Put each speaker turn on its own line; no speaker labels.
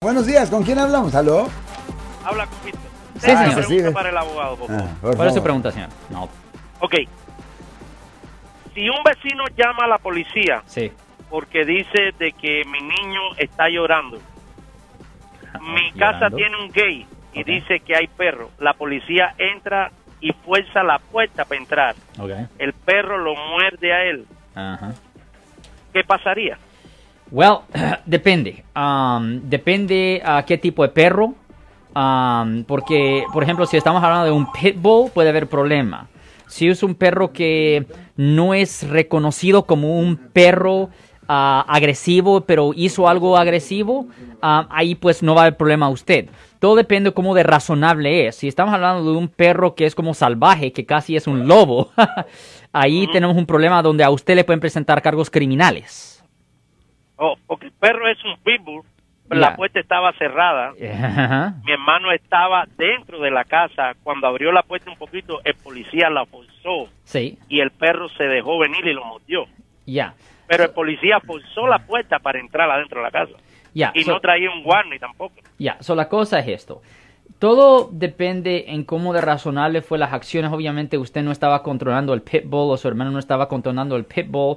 Buenos días, ¿con quién hablamos? ¿Aló?
Habla con Víctor.
Sí,
Tengo
señor.
una
Sí, sí.
pregunta para el abogado, por favor.
Ah, por
¿Cuál es su
favor.
pregunta, señor? No,
Ok. Si un vecino llama a la policía
sí.
porque dice de que mi niño está llorando, mi casa
Ah, Llorando.
tiene un gay y
Ok.
dice que hay perro, la policía entra y fuerza la puerta para entrar,
Ok.
el perro lo muerde a él,
Ajá.
¿qué pasaría?
Well, depende. Um, depende a qué tipo de perro. Um, porque, por ejemplo, si estamos hablando de un pitbull, puede haber problema. Si es un perro que no es reconocido como un perro ah, agresivo, pero hizo algo agresivo, ah, ahí pues no va a haber problema a usted. Todo depende cómo de razonable es. Si estamos hablando de un perro que es como salvaje, que casi es un lobo, ahí tenemos un problema donde a usted le pueden presentar cargos criminales.
Oh, porque el perro es un pitbull, pero
Ya.
la puerta estaba cerrada.
Ajá.
Mi hermano estaba dentro de la casa. Cuando abrió la puerta un poquito, el policía la forzó
Sí,
y el perro se dejó venir y lo mordió.
ya,
Pero el policía forzó la puerta para entrar adentro de la casa.
Ah,
ya.
Y
so-
no traía un warning tampoco.
Ya, so la cosa es esto. Todo depende en cómo de razonable fue las acciones. Obviamente usted no estaba controlando el pitbull o su hermano no estaba controlando el pitbull.